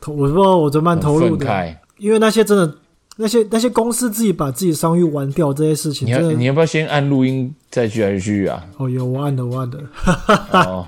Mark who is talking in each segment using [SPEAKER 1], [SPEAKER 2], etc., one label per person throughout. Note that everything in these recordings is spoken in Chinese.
[SPEAKER 1] 投，我不知道我怎么办投入
[SPEAKER 2] 愤
[SPEAKER 1] 的，
[SPEAKER 2] 慨。
[SPEAKER 1] 因为那些真的，那些那些公司自己把自己商誉玩掉这些事情，
[SPEAKER 2] 你要
[SPEAKER 1] 真
[SPEAKER 2] 你
[SPEAKER 1] 的
[SPEAKER 2] 要不要先按录音再去 H 啊？
[SPEAKER 1] 哦，有我按的我按的，
[SPEAKER 2] 哦，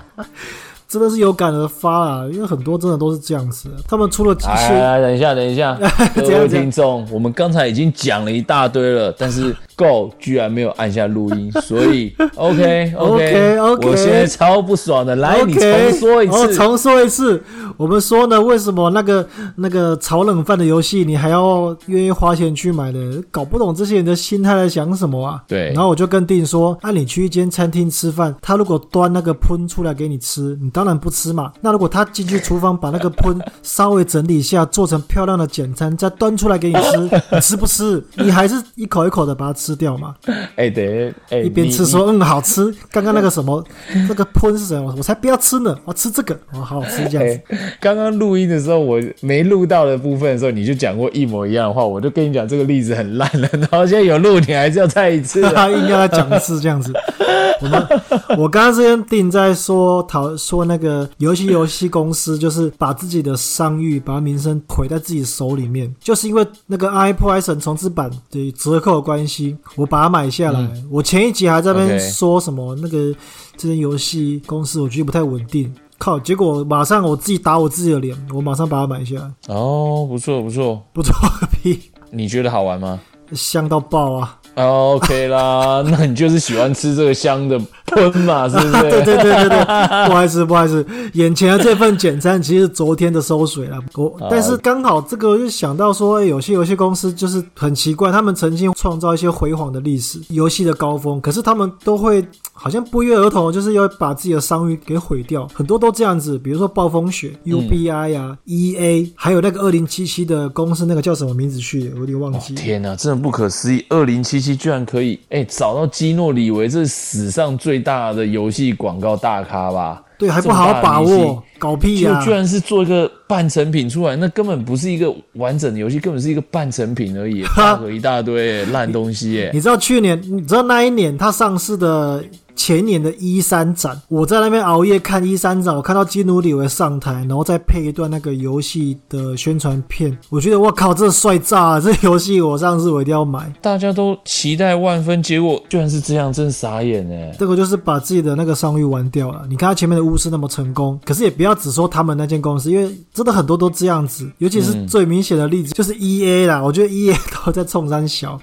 [SPEAKER 1] 真的是有感而发啊，因为很多真的都是这样子的，他们出了一
[SPEAKER 2] 哎
[SPEAKER 1] 些
[SPEAKER 2] 哎，哎等一下，等一 下，各
[SPEAKER 1] 怎
[SPEAKER 2] 位
[SPEAKER 1] 样怎样
[SPEAKER 2] 听众，我们刚才已经讲了一大堆了，但是 Go 居然没有按下录音，所 以 OK
[SPEAKER 1] OK，OK
[SPEAKER 2] 我现在超不爽的，来
[SPEAKER 1] OK，
[SPEAKER 2] 你重说一
[SPEAKER 1] 哦，
[SPEAKER 2] 次，
[SPEAKER 1] 重说一次。我们说呢，为什么那个那个炒冷饭的游戏，你还要愿意花钱去买的？搞不懂这些人的心态在想什么啊？
[SPEAKER 2] 对
[SPEAKER 1] 然后我就跟定说，那、你去一间餐厅吃饭，他如果端那个喷出来给你吃，你当然不吃嘛。那如果他进去厨房把那个喷稍微整理一下，做成漂亮的简餐，再端出来给你吃，你吃不吃？你还是一口一口的把它吃掉嘛？
[SPEAKER 2] 哎，等哎，
[SPEAKER 1] 一边吃
[SPEAKER 2] 你
[SPEAKER 1] 说嗯好吃，刚刚那个什么那个喷是什么？我才不要吃呢，我吃这个，我好好吃这样子
[SPEAKER 2] 哎。，刚刚录音的时候，我没录到的部分的时候，你就讲过一模一样的话，我就跟你讲这个例子很烂了。然后现在有录，你还是要再一次 啊。
[SPEAKER 1] 他硬要他讲一次这样子， 我们我刚刚之前定在说讨说那个游戏游戏公司就是把自己的商誉、把名声毁在自己手里面，就是因为那个 i p o s o n 重置版的折扣的关系，我把它买下来。我前一集还在那边
[SPEAKER 2] OK
[SPEAKER 1] 说什么那个这间游戏公司我觉得不太稳定，靠！结果马上我自己打我自己的脸，我马上把它买下来。
[SPEAKER 2] 哦，不错不错，
[SPEAKER 1] 不错个屁，
[SPEAKER 2] 你觉得好玩吗？
[SPEAKER 1] 香到爆啊！
[SPEAKER 2] 哦 OK 啦， 那你就是喜欢吃这个香的喷 嘛，是不
[SPEAKER 1] 对
[SPEAKER 2] 是？
[SPEAKER 1] 对对对对，不好意思不好意思，眼前的这份简餐其实是昨天的收水了。我
[SPEAKER 2] 啊
[SPEAKER 1] 但是刚好这个就想到说，哎有些游戏公司就是很奇怪，他们曾经创造一些辉煌的历史，游戏的高峰，可是他们都会好像不约而同，就是要把自己的商誉给毁掉，很多都这样子。比如说暴风雪、UBI
[SPEAKER 2] 嗯
[SPEAKER 1] 呀、EA，还，E 有那个二零七七的公司，那个叫什么名字去了？我有点忘记。
[SPEAKER 2] 哦天哪，真的不可思议！二零七七居然可以哎、找到基诺里维，这是史上最大的游戏广告大咖吧？
[SPEAKER 1] 对，还
[SPEAKER 2] 这
[SPEAKER 1] 不
[SPEAKER 2] 么
[SPEAKER 1] 好好
[SPEAKER 2] 大的
[SPEAKER 1] 把
[SPEAKER 2] 明星
[SPEAKER 1] 握，搞屁
[SPEAKER 2] 就
[SPEAKER 1] 呀、
[SPEAKER 2] 居然是做一个半成品出来，那根本不是一个完整的游戏，根本是一个半成品而 已，bug 一大堆，烂东西耶！
[SPEAKER 1] 你知道去年，你知道那一年它上市的前年的一三展，我在那边熬夜看一三展，我看到基努里维上台，然后再配一段那个游戏的宣传片，我觉得我靠，这帅炸了！这游戏我上市我一定要买。
[SPEAKER 2] 大家都期待万分，结果居然是这样，真傻眼哎！
[SPEAKER 1] 这个就是把自己的那个商誉玩掉了。你看他前面的巫师那么成功，可是也不要只说他们那间公司，因为真的很多都这样子。尤其是最明显的例子、就是 E A 啦，我觉得 E A 都在冲山小。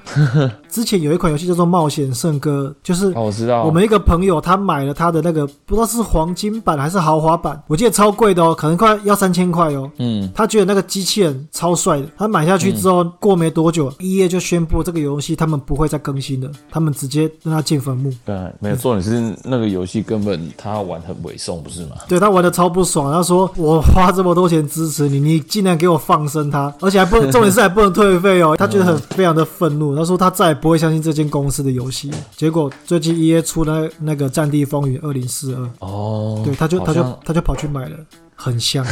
[SPEAKER 1] 之前有一款游戏叫做《冒险圣歌》，就是
[SPEAKER 2] 哦，我知道，
[SPEAKER 1] 我们一个朋友他买了他的那个不知道是黄金版还是豪华版，我记得超贵的哦，可能快要三千块哦。
[SPEAKER 2] 嗯，
[SPEAKER 1] 他觉得那个机器人超帅的，他买下去之后，过没多久，EA 就宣布这个游戏他们不会再更新了，他们直接让它进坟墓。
[SPEAKER 2] 对，没有重点是那个游戏根本他玩很猥琐，不是吗？
[SPEAKER 1] 对他玩的超不爽，他说我花这么多钱支持你，你竟然给我放生他，而且还不能，重点是还不能退费哦。他觉得很非常的愤怒，他说他再也不会相信这间公司的游戏。结果最近 EA 出了那个《战地风云二零四二》，
[SPEAKER 2] 哦，
[SPEAKER 1] 对，他就他
[SPEAKER 2] 好像
[SPEAKER 1] 就他就跑去买了，很香。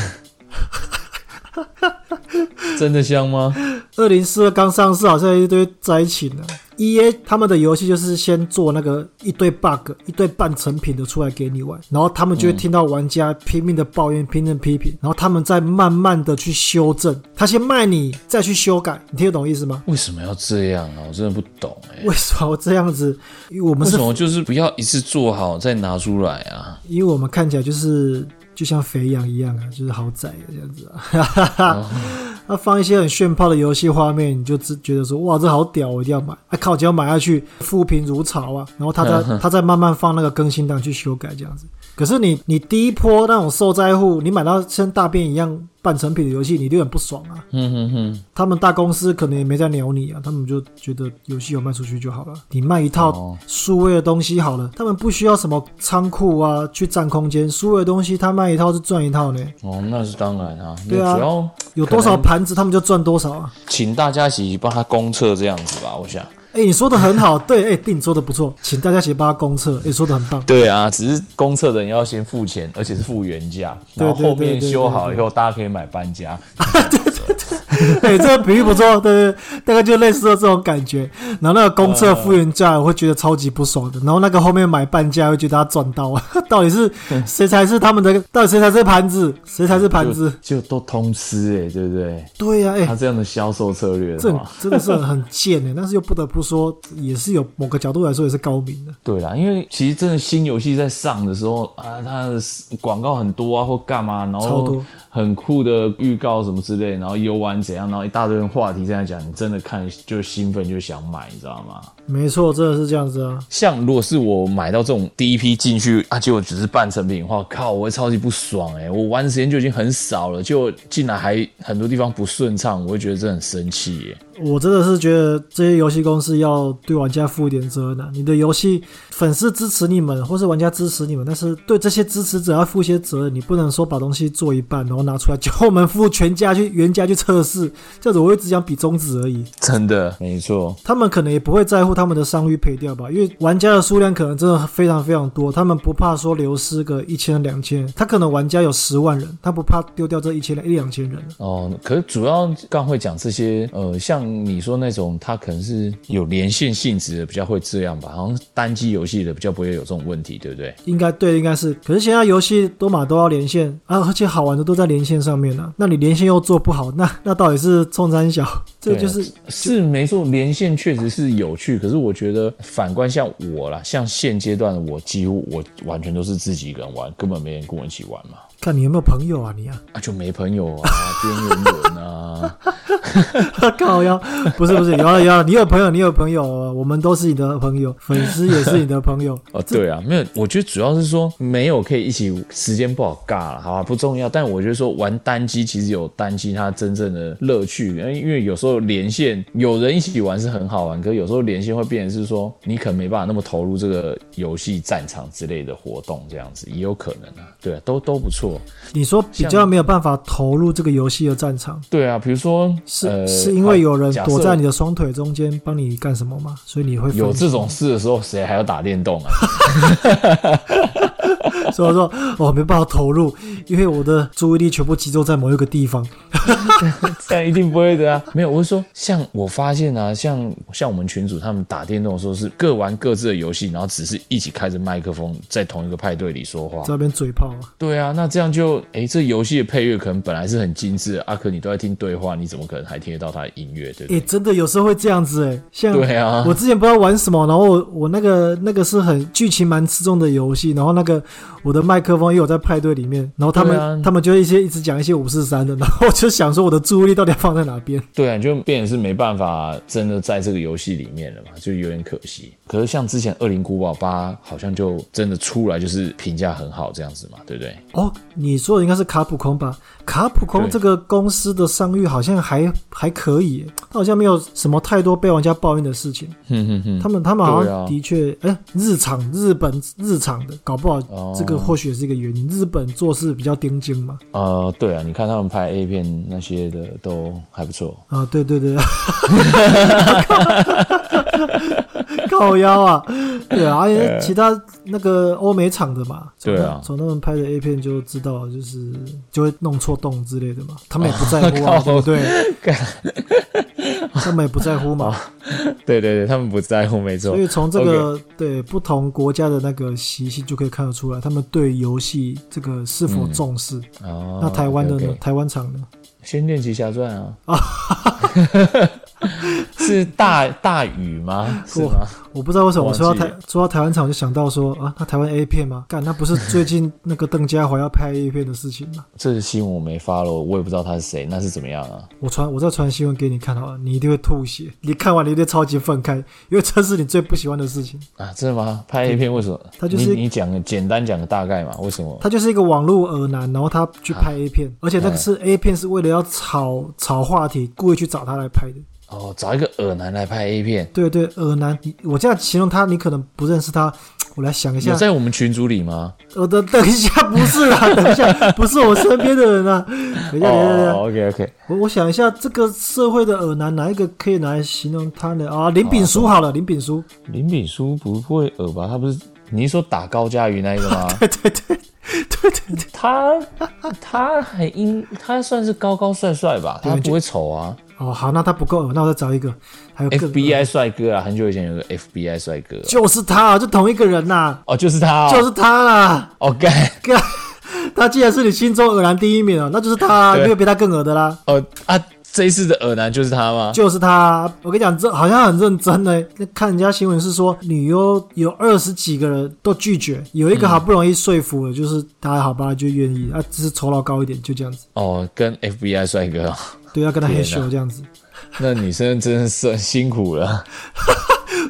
[SPEAKER 2] 真的香吗？
[SPEAKER 1] 二零四二刚上市，好像一堆灾情呢。E A 他们的游戏就是先做那个一堆 bug、一堆半成品的出来给你玩，然后他们就会
[SPEAKER 2] 嗯
[SPEAKER 1] 听到玩家拼命的抱怨、拼命地批评，然后他们再慢慢的去修正。他先卖你，再去修改，你听得懂意思吗？
[SPEAKER 2] 为什么要这样啊？我真的不懂哎、
[SPEAKER 1] 为什么这样子？因为我们
[SPEAKER 2] 为
[SPEAKER 1] 是
[SPEAKER 2] 什，么就是不要一次做好再拿出来啊？
[SPEAKER 1] 因为我们看起来就是就像肥羊一样啊，就是好窄的这样子啊。 那放一些很炫炮的游戏画面，你就只觉得说哇，这好屌，我一定要买。啊靠，只要买下去，负评如潮啊。然后他再他再慢慢放那个更新档去修改这样子。可是你你第一波那种受灾户，你买到像大便一样半成品的游戏，你就很不爽啊。
[SPEAKER 2] 哼哼哼，
[SPEAKER 1] 他们大公司可能也没在鸟你啊，他们就觉得游戏有卖出去就好了。你卖一套
[SPEAKER 2] 哦
[SPEAKER 1] 数位的东西好了，他们不需要什么仓库啊去占空间，数位的东西他卖一套就赚一套呢。
[SPEAKER 2] 哦，那是当然啊，
[SPEAKER 1] 对啊
[SPEAKER 2] 主要
[SPEAKER 1] 有多少
[SPEAKER 2] 可能
[SPEAKER 1] 盘子他们就赚多少啊。
[SPEAKER 2] 请大家一起帮他公测这样子吧，我想。
[SPEAKER 1] 哎、哎、你说的很好，对，哎、对，你说的不错，请大家写帮他公测，哎、说的很棒。
[SPEAKER 2] 对啊，只是公测的人要先付钱，而且是付原价，然后
[SPEAKER 1] 对对
[SPEAKER 2] 后面
[SPEAKER 1] 对对
[SPEAKER 2] 修好以后，大家可以买搬家。
[SPEAKER 1] 对，这个比喻不错，对对对，大概就类似的这种感觉。然后那个公测复原价，我会觉得超级不爽的。然后那个后面买半价，会觉得他赚到啊。 到底是谁才是他们的？到底谁才是盘子？谁才是盘
[SPEAKER 2] 就
[SPEAKER 1] 子？
[SPEAKER 2] 就都通吃哎、对不对？
[SPEAKER 1] 对呀、哎、
[SPEAKER 2] 他这样的销售策略
[SPEAKER 1] 这很
[SPEAKER 2] 的话，
[SPEAKER 1] 真的是很很贱的、但是又不得不说，也是有某个角度来说也是高明的。
[SPEAKER 2] 对啦，因为其实真的新游戏在上的时候啊，它的广告很多啊，或干嘛，然
[SPEAKER 1] 超
[SPEAKER 2] 后
[SPEAKER 1] 多
[SPEAKER 2] 很酷的预告什么之类，然后游玩怎样，然后一大堆人话题这样讲，你真的看就兴奋就想买，你知道吗？
[SPEAKER 1] 没错，真的是这样子啊。
[SPEAKER 2] 像如果是我买到这种第一批进去啊，结果只是半成品的话，靠，我会超级不爽哎、我玩的时间就已经很少了，就进来还很多地方不顺畅，我会觉得这很生气耶、
[SPEAKER 1] 我真的是觉得这些游戏公司要对玩家负一点责任啊！你的游戏粉丝支持你们，或是玩家支持你们，但是对这些支持者要负一些责任。你不能说把东西做一半，然后拿出来叫我们付全价去原价去测试，这样子我会只想比中指而已。
[SPEAKER 2] 真的，没错，
[SPEAKER 1] 他们可能也不会在乎他们的商誉赔掉吧，因为玩家的数量可能真的非常非常多，他们不怕说流失个一千两千，他可能玩家有十万人，他不怕丢掉这一千一两千人。
[SPEAKER 2] 哦，可是主要刚会讲这些，呃，像你说那种，它可能是有连线性质的，比较会这样吧，好像单机游戏的比较不会有这种问题，对不对？
[SPEAKER 1] 应该对，应该是。可是现在游戏多码都要连线啊，而且好玩的都在连线上面了、那你连线又做不好，那那到底是冲三小？ 这
[SPEAKER 2] 对啊
[SPEAKER 1] 就是
[SPEAKER 2] 是没错，连线确实是有趣，可是我觉得反观像我啦，像现阶段的我，几乎我完全都是自己一个人玩，根本没人跟我一起玩嘛，
[SPEAKER 1] 看你有没有朋友啊你啊！
[SPEAKER 2] 啊，就没朋友啊，边缘人啊，
[SPEAKER 1] 靠呀，不是不是，有啊有啊，你有朋友，你有朋友，我们都是你的朋
[SPEAKER 2] 嗯
[SPEAKER 1] 友，粉丝也是你的朋友。
[SPEAKER 2] 哦，对啊，没有，我觉得主要是说没有可以一起，时间不好尬了，好吧，不重要。但我觉得说玩单机其实有单机它真正的乐趣，呃因为有时候连线有人一起玩是很好玩，可是有时候连线会变成是说你可能没办法那么投入这个游戏战场之类的活动，这样子也有可能啊。对啊，都都不错。
[SPEAKER 1] 你说比较没有办法投入这个游戏的战场，
[SPEAKER 2] 对啊，比如说
[SPEAKER 1] 是、
[SPEAKER 2] 呃
[SPEAKER 1] 是因为有人
[SPEAKER 2] 假设
[SPEAKER 1] 躲在你的双腿中间帮你干什么吗？所以你会分
[SPEAKER 2] 有这种事的时候，谁还要打电动啊？
[SPEAKER 1] 所以说我没办法投入，因为我的注意力全部集中在某一个地方。
[SPEAKER 2] 但一定不会的啊！没有，我是说，像我发现啊，像像我们群主他们打电动的时候是各玩各自的游戏，然后只是一起开着麦克风在同一个派对里说话
[SPEAKER 1] 在。那边嘴炮啊。
[SPEAKER 2] 对啊，那这样就，诶，这游戏的配乐可能本来是很精致的，啊，可你都在听对话，你怎么可能还听得到他的音乐？对不
[SPEAKER 1] 诶、
[SPEAKER 2] 对？
[SPEAKER 1] 欸真的有时候会这样子诶、像
[SPEAKER 2] 对啊
[SPEAKER 1] 我之前不知道玩什么，然后我我那个那个是很剧情蛮吃重的游戏，然后那个我的麦克风又有在派对里面，然后他们、
[SPEAKER 2] 对啊
[SPEAKER 1] 他们就一些一直讲一些五四三的，然后我就想说我的注意力到底要放在哪边？
[SPEAKER 2] 对啊，就变成是没办法真的在这个游戏里面了嘛，就有点可惜。可是像之前《恶灵古堡八》好像就真的出来就是评价很好这样子嘛，对不对？
[SPEAKER 1] 哦，你说的应该是卡普空吧？卡普空
[SPEAKER 2] 对
[SPEAKER 1] 这个公司的商誉好像还还可以、欸，它好像没有什么太多被玩家抱怨的事情。
[SPEAKER 2] 哼哼哼。
[SPEAKER 1] 他们他们好
[SPEAKER 2] 对
[SPEAKER 1] 像
[SPEAKER 2] 啊
[SPEAKER 1] 的确，哎、日常日本日常的，搞不好
[SPEAKER 2] 哦
[SPEAKER 1] 这个或许也是一个原因。日本做事比较盯紧嘛。
[SPEAKER 2] 呃，对啊，你看他们拍 A 片那些的都还不错。
[SPEAKER 1] 啊，对对对， 靠腰啊，对啊，因为其他那个欧美厂的嘛，从
[SPEAKER 2] 对
[SPEAKER 1] 他
[SPEAKER 2] 啊
[SPEAKER 1] 从他们拍的 A 片就知道，就是就会弄错洞之类的嘛，他们也不在乎 啊，对不对？他们也不在乎
[SPEAKER 2] 哦
[SPEAKER 1] 嘛，
[SPEAKER 2] 对对对，他们不在乎，没错
[SPEAKER 1] 所以从这个对不同国家的那个习性就可以看得出来，他们对游戏这个是否重视。
[SPEAKER 2] 嗯哦，
[SPEAKER 1] 那台湾的
[SPEAKER 2] OK，OK
[SPEAKER 1] 呢？台湾厂呢？
[SPEAKER 2] 仙剑奇侠传》啊， 是大大雨吗？是吗？
[SPEAKER 1] 我不知道为什么我说到
[SPEAKER 2] 忘
[SPEAKER 1] 台
[SPEAKER 2] 记
[SPEAKER 1] 说到台湾厂，我就想到说啊，那台湾 A 片吗？干，那不是最 近那个邓家华要拍 A 片的事情吗？
[SPEAKER 2] 这个新闻我没发了，我也不知道他是谁，那是怎么样啊？
[SPEAKER 1] 我传我再传新闻给你看好了，你一定会吐血，你看完你一定超级愤慨，因为这是你最不喜欢的事情。
[SPEAKER 2] 啊，真的吗？拍 A 片为什么？
[SPEAKER 1] 他就是
[SPEAKER 2] 你你讲个简单讲个大概嘛？为什么？
[SPEAKER 1] 他就是一个网络耳男，然后他去拍 A 片，
[SPEAKER 2] 啊
[SPEAKER 1] 而且那个是
[SPEAKER 2] 哎
[SPEAKER 1] A 片是为了要炒炒话题，故意去找他来拍的。
[SPEAKER 2] 哦，找一个耳男来拍 A 片，
[SPEAKER 1] 对对，耳男，你我这样形容他，你可能不认识他，我来想一下
[SPEAKER 2] 有，在我们群组里吗？
[SPEAKER 1] 我等等一下，不是 啦，等一下，不是我身边的人啊。等一下，等一下，等一下
[SPEAKER 2] 哦，OK OK，
[SPEAKER 1] 我我想一下，这个社会的耳男哪一个可以拿来形容他呢？啊，林炳书好了，林炳书，
[SPEAKER 2] 林炳书不会耳吧？他不是你是说打高佳瑜那一个吗？
[SPEAKER 1] 对对对对对对，
[SPEAKER 2] 他他很英，他算是高高帅帅吧，他不会丑啊。
[SPEAKER 1] 哦，好，那他不够，那我再找一个，还有更
[SPEAKER 2] FBI 帅哥啊，很久以前有个 FBI 帅哥，啊
[SPEAKER 1] 就是他，就同一个人呐、
[SPEAKER 2] 哦，就是他、哦，
[SPEAKER 1] 就是他啦。
[SPEAKER 2] 哦，干，
[SPEAKER 1] 干，他既然是你心中耳男第一名了，那就是他啊，
[SPEAKER 2] 对
[SPEAKER 1] 没有比他更耳的啦，
[SPEAKER 2] 哦啊，这一次的耳男就是他吗？
[SPEAKER 1] 就是他啊。我跟你讲，这好像很认真呢、那看人家新闻是说，女优有二十几个人都拒绝，有一个好不容易说服了，就是他好吧就愿意啊，只是酬劳高一点，就这样子。
[SPEAKER 2] 哦，跟 FBI 帅哥、哦，
[SPEAKER 1] 对，要跟他
[SPEAKER 2] 天
[SPEAKER 1] 黑
[SPEAKER 2] 哪
[SPEAKER 1] 咻这样子。
[SPEAKER 2] 那女生真的是辛苦了。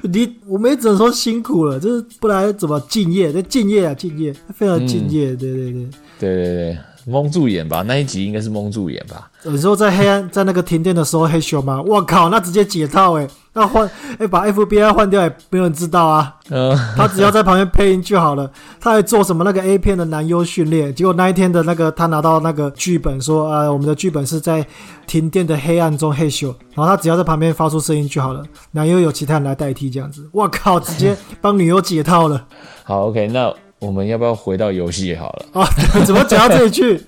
[SPEAKER 1] 你我们也只能说辛苦了，就是不然怎么敬业？这敬业啊，敬业，非常敬业。
[SPEAKER 2] 嗯
[SPEAKER 1] 对对对，
[SPEAKER 2] 对对对，蒙住眼吧，那一集应该是蒙住眼吧？
[SPEAKER 1] 有时候在黑暗在那个停电的时候黑咻嘛，我靠，那直接解套哎、那换哎、把 FBI 换掉也没有人知道啊。
[SPEAKER 2] 嗯、
[SPEAKER 1] 他只要在旁边配音就好了。他还做什么那个 A 片的男优训练？结果那一天的那个他拿到那个剧本说，啊，我们的剧本是在停电的黑暗中嘿咻，然后他只要在旁边发出声音就好了，男优有其他人来代替这样子。我靠，直接帮女优解套了
[SPEAKER 2] 好，OK，那我们要不要回到游戏好了？
[SPEAKER 1] 啊！ 怎么讲到这里去？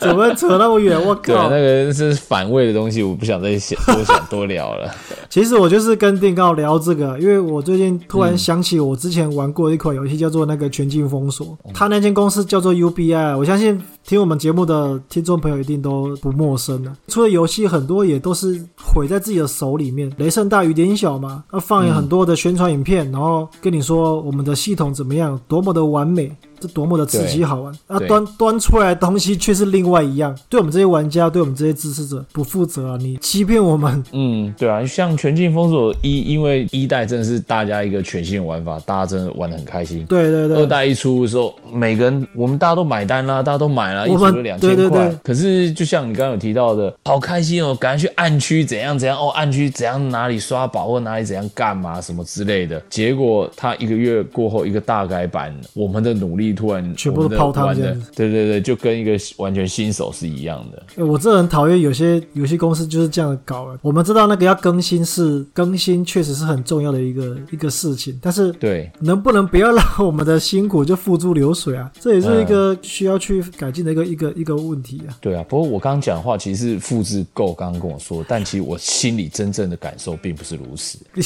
[SPEAKER 1] 怎么扯那么远？我
[SPEAKER 2] 对，
[SPEAKER 1] 靠！
[SPEAKER 2] 那个是反胃的东西，我不想再想多想多聊了。
[SPEAKER 1] 其实我就是跟定高聊这个，因为我最近突
[SPEAKER 2] 嗯
[SPEAKER 1] 然想起我之前玩过一款游戏，叫做那个《全境封锁》，
[SPEAKER 2] 哦
[SPEAKER 1] 它那间公司叫做 UBI，我相信听我们节目的听众朋友一定都不陌生了。除了游戏，很多也都是毁在自己的手里面，雷声大雨点小嘛，那放了很多的宣传影
[SPEAKER 2] 嗯
[SPEAKER 1] 片，然后跟你说我们的系统怎么样，多么的完美。这多么的刺激
[SPEAKER 2] 对
[SPEAKER 1] 好玩啊！
[SPEAKER 2] 对
[SPEAKER 1] 端端出来的东西却是另外一样，对我们这些玩家，对我们这些支持者不负责啊！你欺骗我们，
[SPEAKER 2] 嗯，对啊，像《全境封锁一》，因为一代真的是大家一个全新的玩法，大家真的玩的很开心。
[SPEAKER 1] 对对对，
[SPEAKER 2] 二代一出的时候，每个人我们大家都买单啦，大家都买了，一
[SPEAKER 1] 我
[SPEAKER 2] 组
[SPEAKER 1] 们
[SPEAKER 2] 就两
[SPEAKER 1] 对对
[SPEAKER 2] 千块
[SPEAKER 1] 对。
[SPEAKER 2] 可是就像你刚刚有提到的，好开心哦，赶快去暗区怎样怎样哦，暗区怎样哪里刷宝或哪里怎样干嘛什么之类的。结果他一个月过后一个大改版，我们的努力突然
[SPEAKER 1] 全部都
[SPEAKER 2] 我们的
[SPEAKER 1] 泡汤
[SPEAKER 2] 玩
[SPEAKER 1] 这
[SPEAKER 2] 的
[SPEAKER 1] 样子，
[SPEAKER 2] 对对对，就跟一个完全新手是一样的。
[SPEAKER 1] 欸我这人讨厌有些有些公司就是这样搞了。我们知道那个要更新是更新，确实是很重要的一个一个事情，但是
[SPEAKER 2] 对，
[SPEAKER 1] 能不能不要让 我们的辛苦就付诸流水啊？这也是一个
[SPEAKER 2] 嗯
[SPEAKER 1] 需要去改进的一个一个一个问题啊。
[SPEAKER 2] 对啊，不过我刚刚讲的话其实是复制够刚刚跟我说，但其实我心里真正的感受并不是如此。
[SPEAKER 1] 你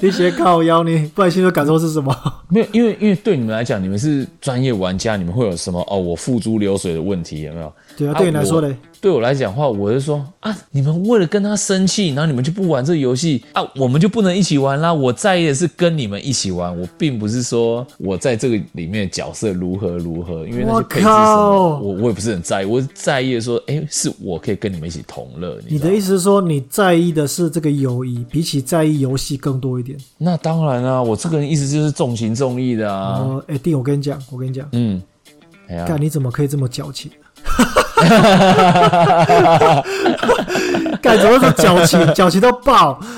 [SPEAKER 1] 你写靠腰，你不然心里的感受是什么？
[SPEAKER 2] 没有，因为因为对你们来讲，你们是专业玩家，你们会有什么哦？我付诸流水的问题有没有？
[SPEAKER 1] 对啊，
[SPEAKER 2] 啊
[SPEAKER 1] 对你来说嘞，
[SPEAKER 2] 对我来讲的话，我是说啊，你们为了跟他生气，然后你们就不玩这个游戏啊，我们就不能一起玩啦。我在意的是跟你们一起玩，我并不是说我在这个里面的角色如何如何，因为那
[SPEAKER 1] 我
[SPEAKER 2] 些配置什么
[SPEAKER 1] 靠，
[SPEAKER 2] 我我也不是很在意，我是在意的说，哎，是我可以跟你们一起同乐。你
[SPEAKER 1] 你
[SPEAKER 2] 知道
[SPEAKER 1] 的
[SPEAKER 2] 吗
[SPEAKER 1] 意思是说你在意的是这个友谊，比起在意游戏更多一点。
[SPEAKER 2] 那当然啊，我这个人一直就是重情重义的啊。
[SPEAKER 1] 然后，哎、弟，我跟你讲，我跟你讲，
[SPEAKER 2] 嗯，哎呀，
[SPEAKER 1] 干你怎么可以这么矫情？干怎么是矫情？ 矫情到爆！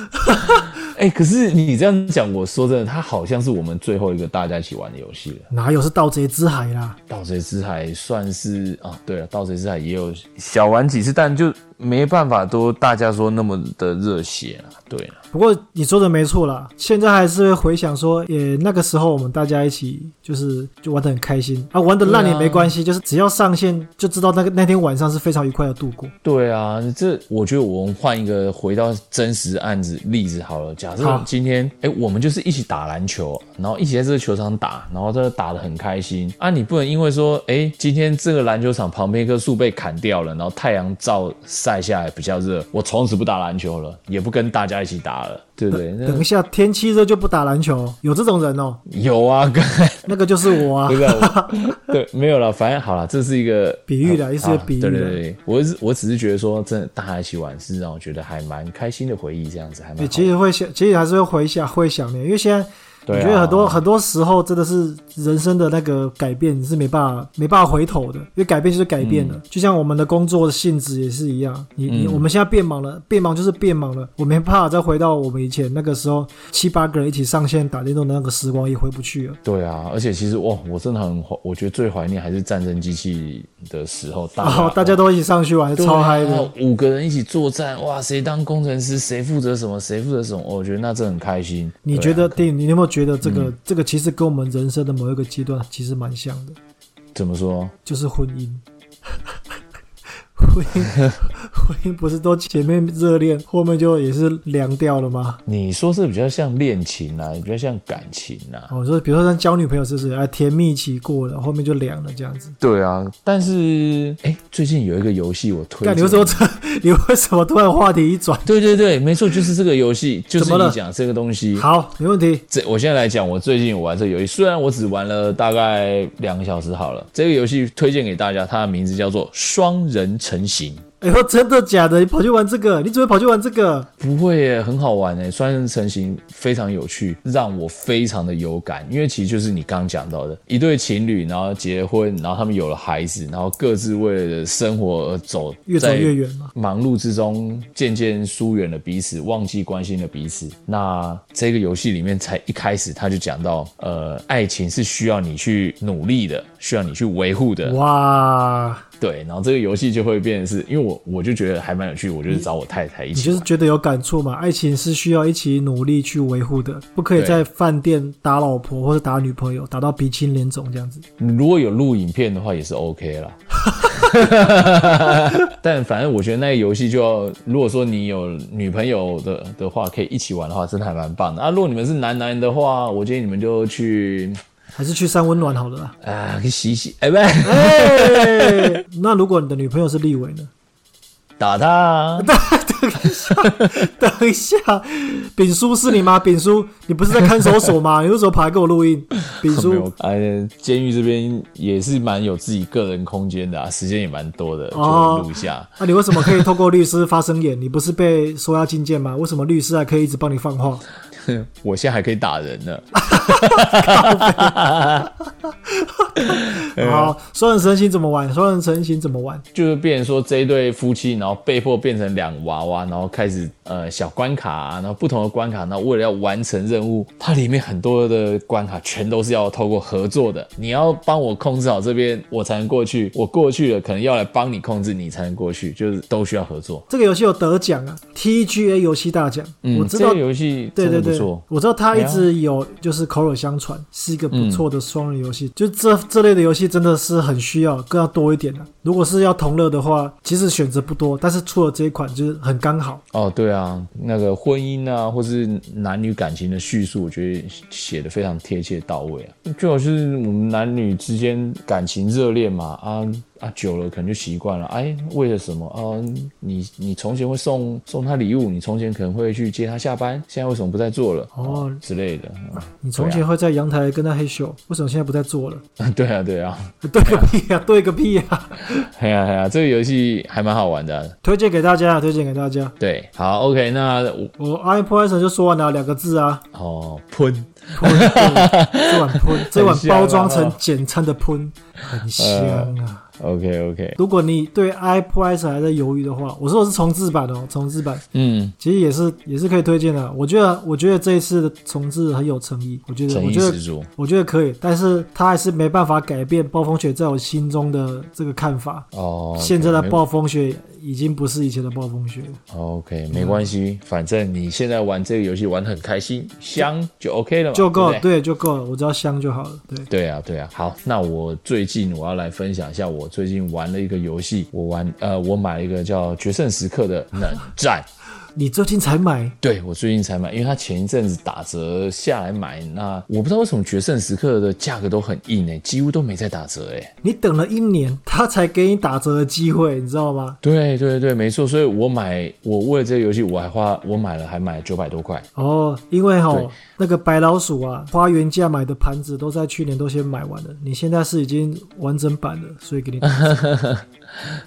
[SPEAKER 2] 哎、可是你这样讲，我说真的，它好像是我们最后一个大家一起玩的游戏了。
[SPEAKER 1] 哪有是盗贼之海啦？
[SPEAKER 2] 《盗贼之海》算是啊，对了，《盗贼之海》也有小玩几次，但就没办法都大家说那么的热血啊。对啊，
[SPEAKER 1] 不过你说的没错啦，现在还是会回想说，也那个时候我们大家一起就是就玩得很开心啊，玩得烂也没关系，就是只要上线就知道那个那天晚上是非常愉快的度过。
[SPEAKER 2] 对啊，这我觉得我们换一个回到真实案子例子好了。假设
[SPEAKER 1] 好
[SPEAKER 2] 今天哎、我们就是一起打篮球，然后一起在这个球场打，然后这打得很开心啊。你不能因为说哎、今天这个篮球场旁边一棵树被砍掉了，然后太阳照晒下来比较热，我从此不打篮球了，也不跟大家一起打了，对不对？那
[SPEAKER 1] 等一下天气热就不打篮球，有这种人哦，
[SPEAKER 2] 有啊，跟。
[SPEAKER 1] 那个就是我啊
[SPEAKER 2] 不。是、啊，我对，没有了，反正好了，这是一个
[SPEAKER 1] 比喻啦
[SPEAKER 2] 啊
[SPEAKER 1] 也是个比喻啦
[SPEAKER 2] 对对对，我只我只是觉得说，真的大家一起玩是让我觉得还蛮开心的回忆，这样子还蛮
[SPEAKER 1] 对，
[SPEAKER 2] 好
[SPEAKER 1] 其。实会想，其实还是会回想会想念，因为现在
[SPEAKER 2] 对啊
[SPEAKER 1] 我觉得很多很多时候真的是人生的那个改变，你是没办法没办法回头的，因为改变就是改变了。就像我们的工作的性质也是一样，你你、
[SPEAKER 2] 嗯
[SPEAKER 1] 我们现在变忙了，变忙就是变忙了，我没办法再回到我们以前那个时候七八个人一起上线打电动的那个时光，也回不去了。
[SPEAKER 2] 对啊，而且其实哇，我真的很怀，我觉得最怀念还是战争机器的时候，大
[SPEAKER 1] 然后哦大家都一起上去玩，
[SPEAKER 2] 啊对啊
[SPEAKER 1] 超嗨的。，
[SPEAKER 2] 五个人一起作战，哇，谁当工程师，谁负责什么，谁负责什么，哦我觉得那真的很开心。
[SPEAKER 1] 你
[SPEAKER 2] 对啊嗯
[SPEAKER 1] 觉得电影，你有没有觉得这个、这个其实跟我们人生的某一个阶段其实蛮像的，
[SPEAKER 2] 怎么说？
[SPEAKER 1] 就是婚姻。 婚姻，婚姻不是都前面热恋，后面就也是凉掉了吗？
[SPEAKER 2] 你说这比较像恋情啊，比较像感情啊。
[SPEAKER 1] 哦，说比如说像交女朋友是不是啊，甜蜜期过了，后面就凉了这样子。
[SPEAKER 2] 对啊，但是哎、最近有一个游戏我推
[SPEAKER 1] 干，
[SPEAKER 2] 荐，
[SPEAKER 1] 你为什么这？ 你为什么突然话题一转？
[SPEAKER 2] 对对对，没错，就是这个游戏，就是
[SPEAKER 1] 怎么了
[SPEAKER 2] 你讲这个东西。
[SPEAKER 1] 好，没问题。
[SPEAKER 2] 这我现在来讲，我最近有玩这个游戏，虽然我只玩了大概两个小时好了。这个游戏推荐给大家，它的名字叫做《双人成行》。
[SPEAKER 1] 哎呦，真的假的？你跑去玩这个？你怎么跑去玩这个？
[SPEAKER 2] 不会耶，很好玩诶，双人成行非常有趣，让我非常的有感，因为其实就是你刚刚讲到的，一对情侣，然后结婚，然后他们有了孩子，然后各自为了生活而走，
[SPEAKER 1] 越走
[SPEAKER 2] 在
[SPEAKER 1] 越远嘛。
[SPEAKER 2] 忙碌之中渐渐疏远了彼此，忘记关心了彼此。那这个游戏里面才一开始他就讲到，呃，爱情是需要你去努力的，需要你去维护的，
[SPEAKER 1] 哇，
[SPEAKER 2] 对。然后这个游戏就会变成是，因为我我就觉得还蛮有趣，我就是找我太太一
[SPEAKER 1] 你
[SPEAKER 2] 起
[SPEAKER 1] 就
[SPEAKER 2] 玩。
[SPEAKER 1] 是觉得有感触嘛？爱情是需要一起努力去维护的，不可以
[SPEAKER 2] 对
[SPEAKER 1] 在饭店打老婆或者打女朋友，打到鼻青脸肿这样子。
[SPEAKER 2] 如果有录影片的话，也是 OK 啦。但反正我觉得那个游戏就要，如果说你有女朋友的的话，可以一起玩的话，真的还蛮棒的啊。如果你们是男男的话，我建议你们就去
[SPEAKER 1] 还是去三温暖好了啦。
[SPEAKER 2] 啊，去洗洗，哎、不，
[SPEAKER 1] 哎那如果你的女朋友是立伟呢？
[SPEAKER 2] 打他、啊。
[SPEAKER 1] 等一下，丙叔是你吗？丙叔，你不是在看守所吗？你为什么跑来跟我录音？丙
[SPEAKER 2] 没
[SPEAKER 1] 叔
[SPEAKER 2] 有，，哎，监狱这边也是蛮有自己个人空间的啊，时间也蛮多的，
[SPEAKER 1] 哦
[SPEAKER 2] 就录一下。
[SPEAKER 1] 那、你为什么可以透过律师发声言？你不是被说要进监吗？为什么律师还可以一直帮你放话？
[SPEAKER 2] 我现在还可以打人 呢。啊
[SPEAKER 1] 好，双人成行怎么玩？双人成行怎么玩？
[SPEAKER 2] 就是变成说这一对夫妻，然后被迫变成两娃娃，然后开始呃小关卡、然后不同的关卡，然后为了要完成任务，它里面很多的关卡全都是要透过合作的。你要帮我控制好这边，我才能过去；我过去了，可能要来帮你控制，你才能过去，就是都需要合作。
[SPEAKER 1] 这个游戏有得奖啊，TGA 游戏大奖。
[SPEAKER 2] 嗯，
[SPEAKER 1] 我知道
[SPEAKER 2] 这个游戏
[SPEAKER 1] 对
[SPEAKER 2] 真
[SPEAKER 1] 对
[SPEAKER 2] 的不
[SPEAKER 1] 对
[SPEAKER 2] 错，。哎
[SPEAKER 1] 我知道他一直有就是口耳相传，是一个不错的双人游戏。就这这类的游戏真的是很需要，更要多一点的、啊如果是要同乐的话，其实选择不多，但是出了这一款就是很刚好。
[SPEAKER 2] 哦，对啊，那个婚姻啊，或是男女感情的叙述，我觉得写的非常贴切到位啊。最好是我们男女之间感情热恋嘛，啊啊，久了可能就习惯了。哎，为了什么啊？你你从前会送送他礼物，你从前可能会去接他下班，现在为什么不再做了？
[SPEAKER 1] 哦
[SPEAKER 2] 之类的。 啊
[SPEAKER 1] 你从前会在阳台跟他嘿咻，为什么现在不再做 了？
[SPEAKER 2] 对啊，对啊，
[SPEAKER 1] 对个屁呀、对个屁呀、
[SPEAKER 2] 嘿啊呀嘿呀，这个游戏还蛮好玩的啊、
[SPEAKER 1] 推荐给大家，推荐给大家。
[SPEAKER 2] 对，好，OK，那我
[SPEAKER 1] 我 i p o i s o n 就说完了两个字啊，
[SPEAKER 2] 哦喷。
[SPEAKER 1] 喷，对这碗喷，这碗
[SPEAKER 2] 很香啊
[SPEAKER 1] 包装成简餐的喷，很香啊。
[SPEAKER 2] OK OK，
[SPEAKER 1] 如果你对 i p r i c e 还在犹豫的话，我说的是重置版哦，重置版
[SPEAKER 2] 嗯，
[SPEAKER 1] 其实也是也是可以推荐的。我觉得我觉得这一次的重置很有诚意，我觉得
[SPEAKER 2] 诚
[SPEAKER 1] 我
[SPEAKER 2] 意
[SPEAKER 1] 觉
[SPEAKER 2] 十
[SPEAKER 1] 得
[SPEAKER 2] 足。
[SPEAKER 1] 我觉得可以，但是他还是没办法改变暴风雪在我心中的这个看法。
[SPEAKER 2] 哦，
[SPEAKER 1] 现在的
[SPEAKER 2] 没哦
[SPEAKER 1] 暴风雪已经不是以前的暴风雪了。
[SPEAKER 2] OK，没关系，反正你现在玩这个游戏玩得很开心，香就 OK 了嘛，
[SPEAKER 1] 就够
[SPEAKER 2] 对
[SPEAKER 1] 了，
[SPEAKER 2] 不对。
[SPEAKER 1] 对，就够了，我只要香就好了。对，
[SPEAKER 2] 对啊，对啊，好，那我最近我要来分享一下，我最近玩了一个游戏，我玩呃，我买了一个叫《决胜时刻》的冷战，
[SPEAKER 1] 你最近才买，
[SPEAKER 2] 对我最近才买，因为它前一阵子打折下来买，那我不知道为什么《决胜时刻》的价格都很硬诶、欸几乎都没在打折诶、欸
[SPEAKER 1] 你等了一年，他才给你打折的机会，你知道吗？
[SPEAKER 2] 对对对，没错，所以我买，我为了这个游戏，我还花，我买了还买九百多块，
[SPEAKER 1] 哦，因为哈、
[SPEAKER 2] 对
[SPEAKER 1] 那个白老鼠啊，花原价买的盘子都在去年都先买完了，你现在是已经完整版了，所以 给你打折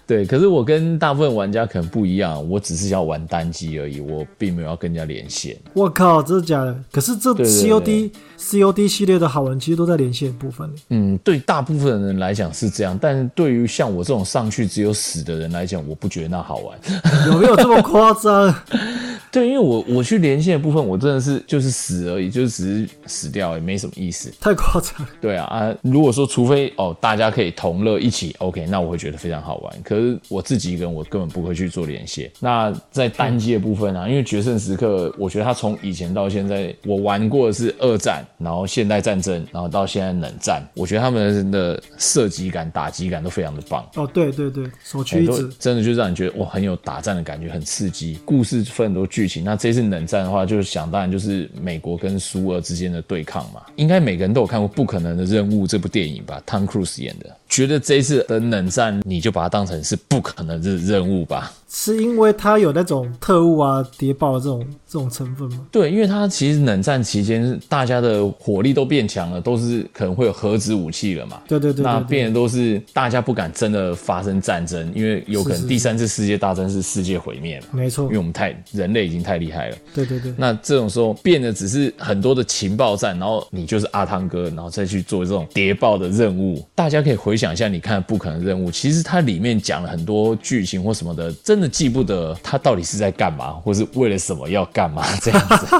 [SPEAKER 2] 对，可是我跟大部分玩家可能不一样，我只是要玩单机戏而已，我并没有要跟人家连线。
[SPEAKER 1] 我靠，真的假的？可是这
[SPEAKER 2] 对对
[SPEAKER 1] COD COD 系列的好玩，其实都在连线部分里。
[SPEAKER 2] 嗯，对大部分人来讲是这样，但是对于像我这种上去只有死的人来讲，我不觉得那好玩。
[SPEAKER 1] 有没有这么夸张？
[SPEAKER 2] 对，因为我我去连线的部分，我真的是就是死而已，就只是死掉，也没什么意思。
[SPEAKER 1] 太夸张了！
[SPEAKER 2] 对啊啊，如果说除非哦大家可以同乐一起，OK，那我会觉得非常好玩。可是我自己一个人，我根本不会去做连线。那在单机的部分啊，因为决胜时刻，我觉得它从以前到现在，我玩过的是二战，然后现代战争，然后到现在冷战，我觉得他们的射击感、打击感都非常的棒。
[SPEAKER 1] 哦，对对对，首
[SPEAKER 2] 哎
[SPEAKER 1] 屈一
[SPEAKER 2] 都
[SPEAKER 1] 指，
[SPEAKER 2] 真的就让你觉得哇，很有打战的感觉，很刺激。故事分很多剧情，那这次冷战的话，就是想当然就是美国跟苏俄之间的对抗嘛。应该每个人都有看过《不可能的任务》这部电影吧？Tom Cruise 演的，觉得这一次的冷战，你就把它当成是不可能的任务吧。
[SPEAKER 1] 是因为它有那种特务啊、谍报的这种这种成分吗？
[SPEAKER 2] 对，因为它其实冷战期间，大家的火力都变强了，都是可能会有核子武器了嘛。
[SPEAKER 1] 对对对
[SPEAKER 2] 那
[SPEAKER 1] 对对，
[SPEAKER 2] 变得都是大家不敢真的发生战争，因为有可
[SPEAKER 1] 是
[SPEAKER 2] 能
[SPEAKER 1] 是
[SPEAKER 2] 第三次世界大战是世界毁灭嘛。
[SPEAKER 1] 没错
[SPEAKER 2] 因为，我们太人类已经太厉害了。
[SPEAKER 1] 对对对，
[SPEAKER 2] 那这种时候变得只是很多的情报站，然后你就是阿汤哥，然后再去做这种谍报的任务。大家可以回想一下，你看《不可能任务》，其实它里面讲了很多剧情或什么的，真的记不得他到底是在干嘛， 或是为了什么要干嘛这样子。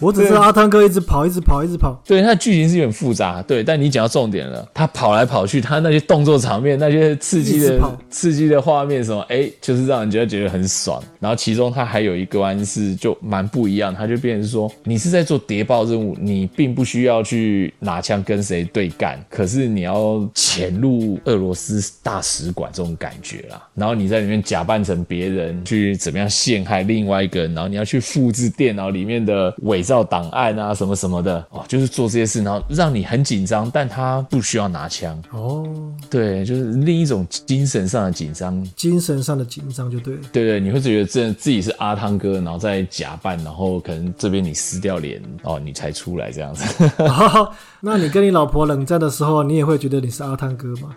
[SPEAKER 1] 我只知道阿汤哥一直跑，一直跑，一直跑，
[SPEAKER 2] 对，它剧情是有点复杂，对，但你讲到重点了，他跑来跑去，他那些动作场面，那些刺激
[SPEAKER 1] 一直跑
[SPEAKER 2] 的刺激的画面什么，哎，就是让人觉得觉得很爽。然后其中他还有一个关是就蛮不一样，他就变成说，你是在做谍报任务，你并不需要去拿枪跟谁对干，可是你要潜入俄罗斯大使馆这种感觉啦。然后你在里面假扮成别人去怎么样陷害另外一个人，然后你要去复制电脑里面的伪造档案啊什么什么的哦，就是做这些事，然后让你很紧张，但他不需要拿枪。
[SPEAKER 1] 哦，
[SPEAKER 2] 对，就是另一种精神上的紧张。
[SPEAKER 1] 精神上的紧张就对了。
[SPEAKER 2] 对对，你会觉得真的自己是阿汤哥，然后再假扮，然后可能这边你撕掉脸哦，你才出来这样子。
[SPEAKER 1] 那你跟你老婆冷战的时候，你也会觉得你是阿汤哥吗？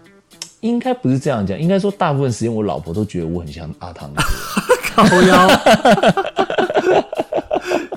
[SPEAKER 2] 应该不是这样讲，应该说大部分时间我老婆都觉得我很像阿汤哥。
[SPEAKER 1] 烤腰，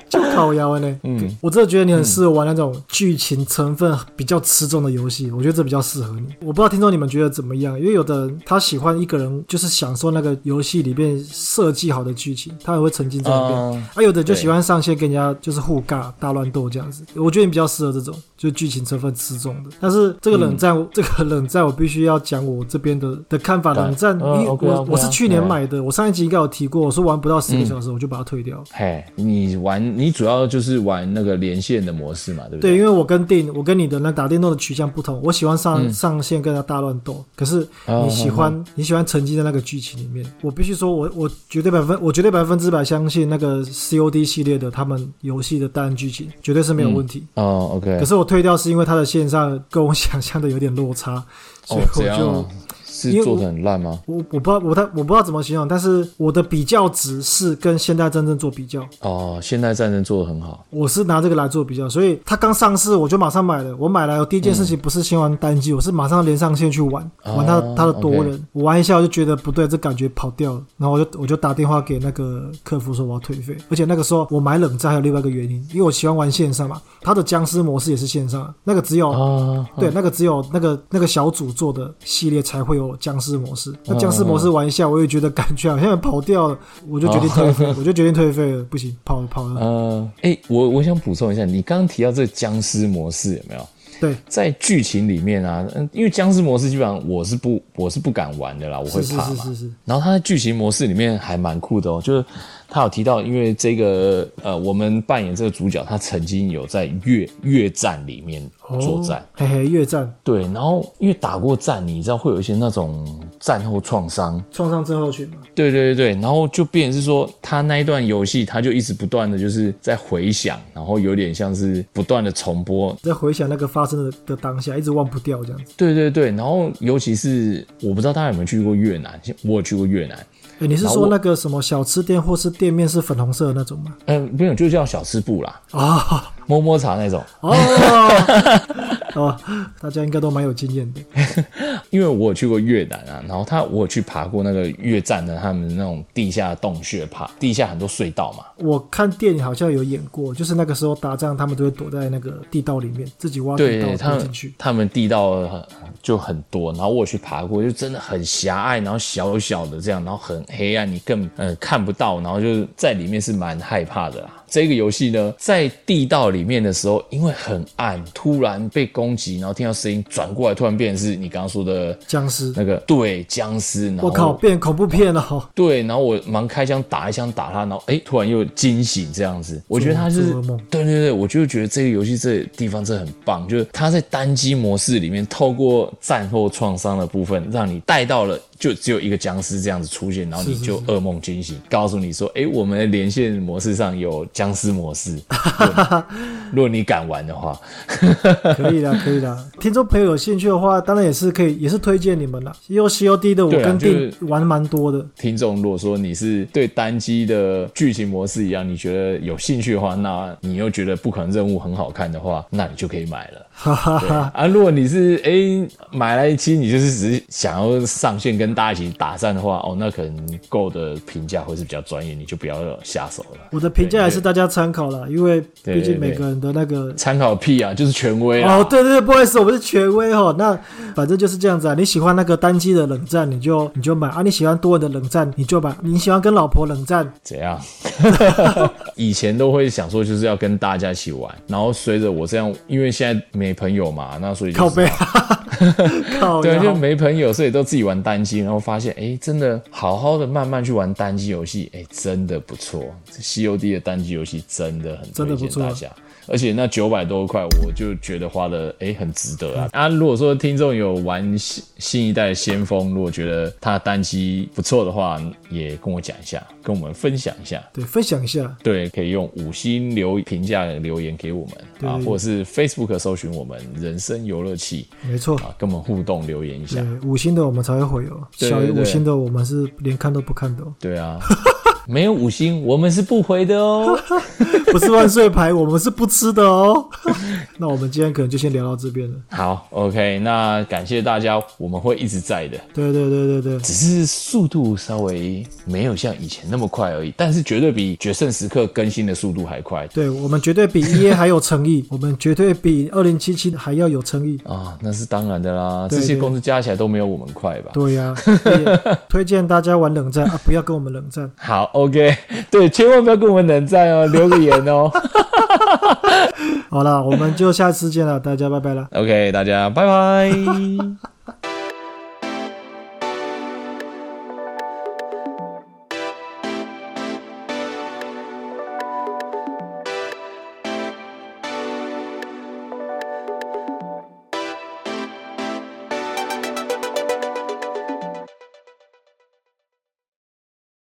[SPEAKER 1] 就烤腰了呢。嗯，我真的觉得你很适合玩那种剧情成分比较吃重的游戏，我觉得这比较适合你。我不知道听众你们觉得怎么样？因为有的人他喜欢一个人，就是享受那个游戏里面设计好的剧情，他也会沉浸在里面。
[SPEAKER 2] 嗯
[SPEAKER 1] 啊，有的就喜欢上线跟人家就是互尬、大乱斗这样子。我觉得你比较适合这种，就是剧情成分吃重的。但是这个冷战，这个冷战我必须要讲我这边的的看法。
[SPEAKER 2] 对
[SPEAKER 1] 冷战，
[SPEAKER 2] 嗯
[SPEAKER 1] 因为我
[SPEAKER 2] OK，OK 啊
[SPEAKER 1] 我是去年
[SPEAKER 2] 对啊
[SPEAKER 1] 买。买的，我上一集应该有提过，我说玩不到
[SPEAKER 2] 嗯
[SPEAKER 1] 十个小时我就把它退掉。
[SPEAKER 2] 嘿，你玩你主要就是玩那个连线的模式嘛，对不
[SPEAKER 1] 对，
[SPEAKER 2] 对？
[SPEAKER 1] 因为我跟电我跟你的那打电动的取向不同，我喜欢上、上线跟他大乱斗，可是
[SPEAKER 2] 嗯哦
[SPEAKER 1] 你喜欢、你喜欢沉浸在那个剧情里面。我必须说我，我绝对百分我绝对百分之百相信那个 COD 系列的他们游戏的单人剧情绝对是没有问题。
[SPEAKER 2] 哦，OK。
[SPEAKER 1] 可是我退掉是因为它的线上跟我 想象的有点落差，所以
[SPEAKER 2] 哦，
[SPEAKER 1] 我
[SPEAKER 2] 这样
[SPEAKER 1] 就、
[SPEAKER 2] 啊
[SPEAKER 1] 因为
[SPEAKER 2] 是做的很烂吗？
[SPEAKER 1] 我我不知道我太我不知道怎么形容，但是我的比较值是跟现代战争做比较，
[SPEAKER 2] 哦，现代战争做的很好。
[SPEAKER 1] 我是拿这个来做比较，所以它刚上市我就马上买了。我买来我第一件事情不是先玩单机，我是马上连上线去玩，
[SPEAKER 2] 嗯哦
[SPEAKER 1] 玩它的它的多人。
[SPEAKER 2] OK
[SPEAKER 1] 我玩一下我就觉得不对，这感觉跑掉了，然后我就我就打电话给那个客服说我要退费。而且那个时候我买冷战还有另外一个原因，因为我喜欢玩线上嘛，它的僵尸模式也是线上，那个只有、
[SPEAKER 2] 啊，
[SPEAKER 1] 对，那个只有那个那个小组做的系列才会有僵尸模式。
[SPEAKER 2] 哦
[SPEAKER 1] 那僵尸模式玩一下，我也觉得感觉好像跑掉了，我就决
[SPEAKER 2] 哦
[SPEAKER 1] 定退费，我就决定退费了，不行，跑了跑 了。
[SPEAKER 2] 呃，哎，我我想补充一下，你刚刚提到这个僵尸模式有没有？
[SPEAKER 1] 对，
[SPEAKER 2] 在剧情里面啊，嗯，因为僵尸模式基本上我是不我是不敢玩的啦，我会
[SPEAKER 1] 是是
[SPEAKER 2] 怕
[SPEAKER 1] 是
[SPEAKER 2] 嘛。
[SPEAKER 1] 是是。
[SPEAKER 2] 然后它的剧情模式里面还蛮酷的哦，就是他有提到，因为这个呃，我们扮演这个主角，他曾经有在越越战里面作战，
[SPEAKER 1] 哦，嘿嘿，越战
[SPEAKER 2] 对，然后因为打过战，你知道会有一些那种战后创伤，
[SPEAKER 1] 创伤症候群嘛，
[SPEAKER 2] 对对对对，然后就变成是说，他那一段游戏，他就一直不断的就是在回想，然后有点像是不断的重播，
[SPEAKER 1] 在回想那个发生的的当下，一直忘不掉这样子。
[SPEAKER 2] 对对对，然后尤其是我不知道大家有没有去过越南，我有去过越南，
[SPEAKER 1] 哎，你是
[SPEAKER 2] 然后
[SPEAKER 1] 说
[SPEAKER 2] 我
[SPEAKER 1] 那
[SPEAKER 2] 呃
[SPEAKER 1] 个什么小吃店或是店面是粉红色的那种吗？
[SPEAKER 2] 嗯、没有，就叫小吃部啦，
[SPEAKER 1] 啊、
[SPEAKER 2] 摸摸茶那种。
[SPEAKER 1] 哦哦，大家应该都蛮有经验的。
[SPEAKER 2] 因为我有去过越南啊，然后他我有去爬过那个越战的他们那种地下洞穴爬，地下很多隧道嘛。
[SPEAKER 1] 我看电影好像有演过，就是那个时候打仗，他们都会躲在那个地道里面，自己挖地
[SPEAKER 2] 对
[SPEAKER 1] 道
[SPEAKER 2] 他
[SPEAKER 1] 躲
[SPEAKER 2] 们
[SPEAKER 1] 进去，。
[SPEAKER 2] 他们地道很就很多，然后我有去爬过，就真的很狭隘，然后小小的这样，然后很黑暗，你更呃看不到，然后就是在里面是蛮害怕的啦。这个游戏呢，在地道里面的时候，因为很暗，突然被攻击，然后听到声音转过来，突然变成是你刚刚说的
[SPEAKER 1] 僵尸，
[SPEAKER 2] 那个对僵尸，然后
[SPEAKER 1] 我靠，变恐怖片了哦！
[SPEAKER 2] 对，然后我忙开枪打一枪打他，然后哎，突然又惊醒这样子。我觉得他是
[SPEAKER 1] 做噩梦
[SPEAKER 2] 对对对，我就觉得这个游戏这地方真的很棒，就是它在单机模式里面，透过战后创伤的部分，让你带到了就只有一个僵尸这样子出现，然后你
[SPEAKER 1] 是是
[SPEAKER 2] 就噩梦惊醒，告诉你说，哎，我们的连线模式上有僵尸 模式，如果你敢玩的话，
[SPEAKER 1] 可以啦，可以啦。听众朋友有兴趣的话，当然也是可以，也是推荐你们啦。因为 COD 的我
[SPEAKER 2] 对啊
[SPEAKER 1] 跟
[SPEAKER 2] 就
[SPEAKER 1] 定
[SPEAKER 2] 是
[SPEAKER 1] 玩蛮多的，
[SPEAKER 2] 听众，如果说你是对单机的剧情模式一样，你觉得有兴趣的话，那你又觉得不可能任务很好看的话，那你就可以买了。
[SPEAKER 1] 哈哈
[SPEAKER 2] 对
[SPEAKER 1] 哈。
[SPEAKER 2] 啊，如果你是诶买来一期，你就是只是想要上线跟大家一起打战的话，哦，那可能够的评价会是比较专业，你就不要下手了。
[SPEAKER 1] 我的评价还是大
[SPEAKER 2] 对
[SPEAKER 1] 家参考啦，因为
[SPEAKER 2] 对
[SPEAKER 1] 毕竟
[SPEAKER 2] 对
[SPEAKER 1] 每
[SPEAKER 2] 对
[SPEAKER 1] 个人的那个
[SPEAKER 2] 参考屁啊，就是权威啊。
[SPEAKER 1] 哦，对对对，不好意思，我们是权威哦。那反正就是这样子啊。你喜欢那个单机的冷战，你就你就买啊；你喜欢多人的冷战，你就买；你喜欢跟老婆冷战，
[SPEAKER 2] 怎样？ 以前都会想说就是要跟大家一起玩，然后随着我这样，因为现在没朋友嘛，那所以就是啊
[SPEAKER 1] 靠背， 靠
[SPEAKER 2] 对，
[SPEAKER 1] 腰
[SPEAKER 2] 就没朋友，所以都自己玩单机，然后发现，哎，真的好好的慢慢去玩单机游戏，哎，真的不错。这 COD 的单机游戏真的很
[SPEAKER 1] 真的
[SPEAKER 2] 推
[SPEAKER 1] 不
[SPEAKER 2] 荐
[SPEAKER 1] 错
[SPEAKER 2] 大家，而且那九百多块，我就觉得花的哎很值得啊。
[SPEAKER 1] 嗯
[SPEAKER 2] 啊，如果说听众有玩新新一代的先锋，如果觉得它单机不错的话，也跟我讲一下，跟我们分享一下。
[SPEAKER 1] 对，分享一下。
[SPEAKER 2] 对，可以用五星留评价留言给我们啊，
[SPEAKER 1] 对
[SPEAKER 2] 或者是 Facebook 搜寻我们“人生游乐器
[SPEAKER 1] 没错”，
[SPEAKER 2] 啊，跟我们互动留言一下
[SPEAKER 1] 对。，五星的我们才会回哦，
[SPEAKER 2] 对对
[SPEAKER 1] 小于
[SPEAKER 2] 对
[SPEAKER 1] 五星的我们是连看都不看的哦。
[SPEAKER 2] 对啊， 没有五星，我们是不回的 哦。
[SPEAKER 1] 不是万岁牌，我们是不吃的哦。 那我们今天可能就先聊到这边了。
[SPEAKER 2] 好，OK，那感谢大家，我们会一直在的，
[SPEAKER 1] 对对对对对，
[SPEAKER 2] 只是速度稍微没有像以前那么快而已，但是绝对比《决胜时刻》更新的速度还快
[SPEAKER 1] 对我们绝对比 E A 还有诚意，我们绝对比二零七七还要有诚意。
[SPEAKER 2] 啊，那是当然的啦，
[SPEAKER 1] 对
[SPEAKER 2] 这些
[SPEAKER 1] 对
[SPEAKER 2] 公司加起来都没有我们快吧？
[SPEAKER 1] 对呀、所以推荐大家玩冷战啊，不要跟我们冷战。
[SPEAKER 2] 好，OK，对， 千万不要跟我们冷战哦，留个言 哦。
[SPEAKER 1] 好啦，我们就下次见了，大家拜拜啦。
[SPEAKER 2] OK，大家拜拜。